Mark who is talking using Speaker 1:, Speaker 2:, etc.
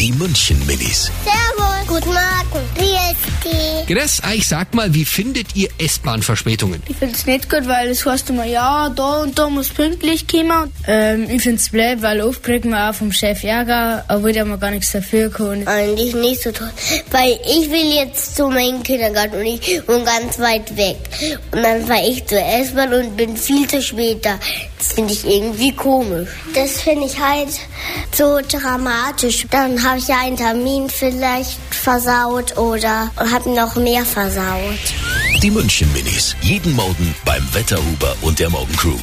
Speaker 1: Die München Minis.
Speaker 2: Servus. Guten Morgen. Wie ist die?
Speaker 1: Gress, ah, ich sag mal, wie findet ihr S-Bahn-Verspätungen?
Speaker 3: Ich find's nicht gut, weil es heißt immer, ja, da und da muss pünktlich kommen.
Speaker 4: Ähm, ich find's blöd, weil oft kriegt man auch vom Chef Ärger, obwohl der mal gar nichts dafür kann.
Speaker 2: Eigentlich nicht so toll, weil ich will jetzt zu meinem Kindergarten und ich wohne ganz weit weg. Und dann fahre ich zur S-Bahn und bin viel zu spät da. Das finde ich irgendwie komisch. Das finde ich halt so dramatisch. Dann habe ich ja einen Termin vielleicht versaut oder habe noch mehr versaut.
Speaker 1: Die München Minis. Jeden Morgen beim Wetterhuber und der Morgencrew.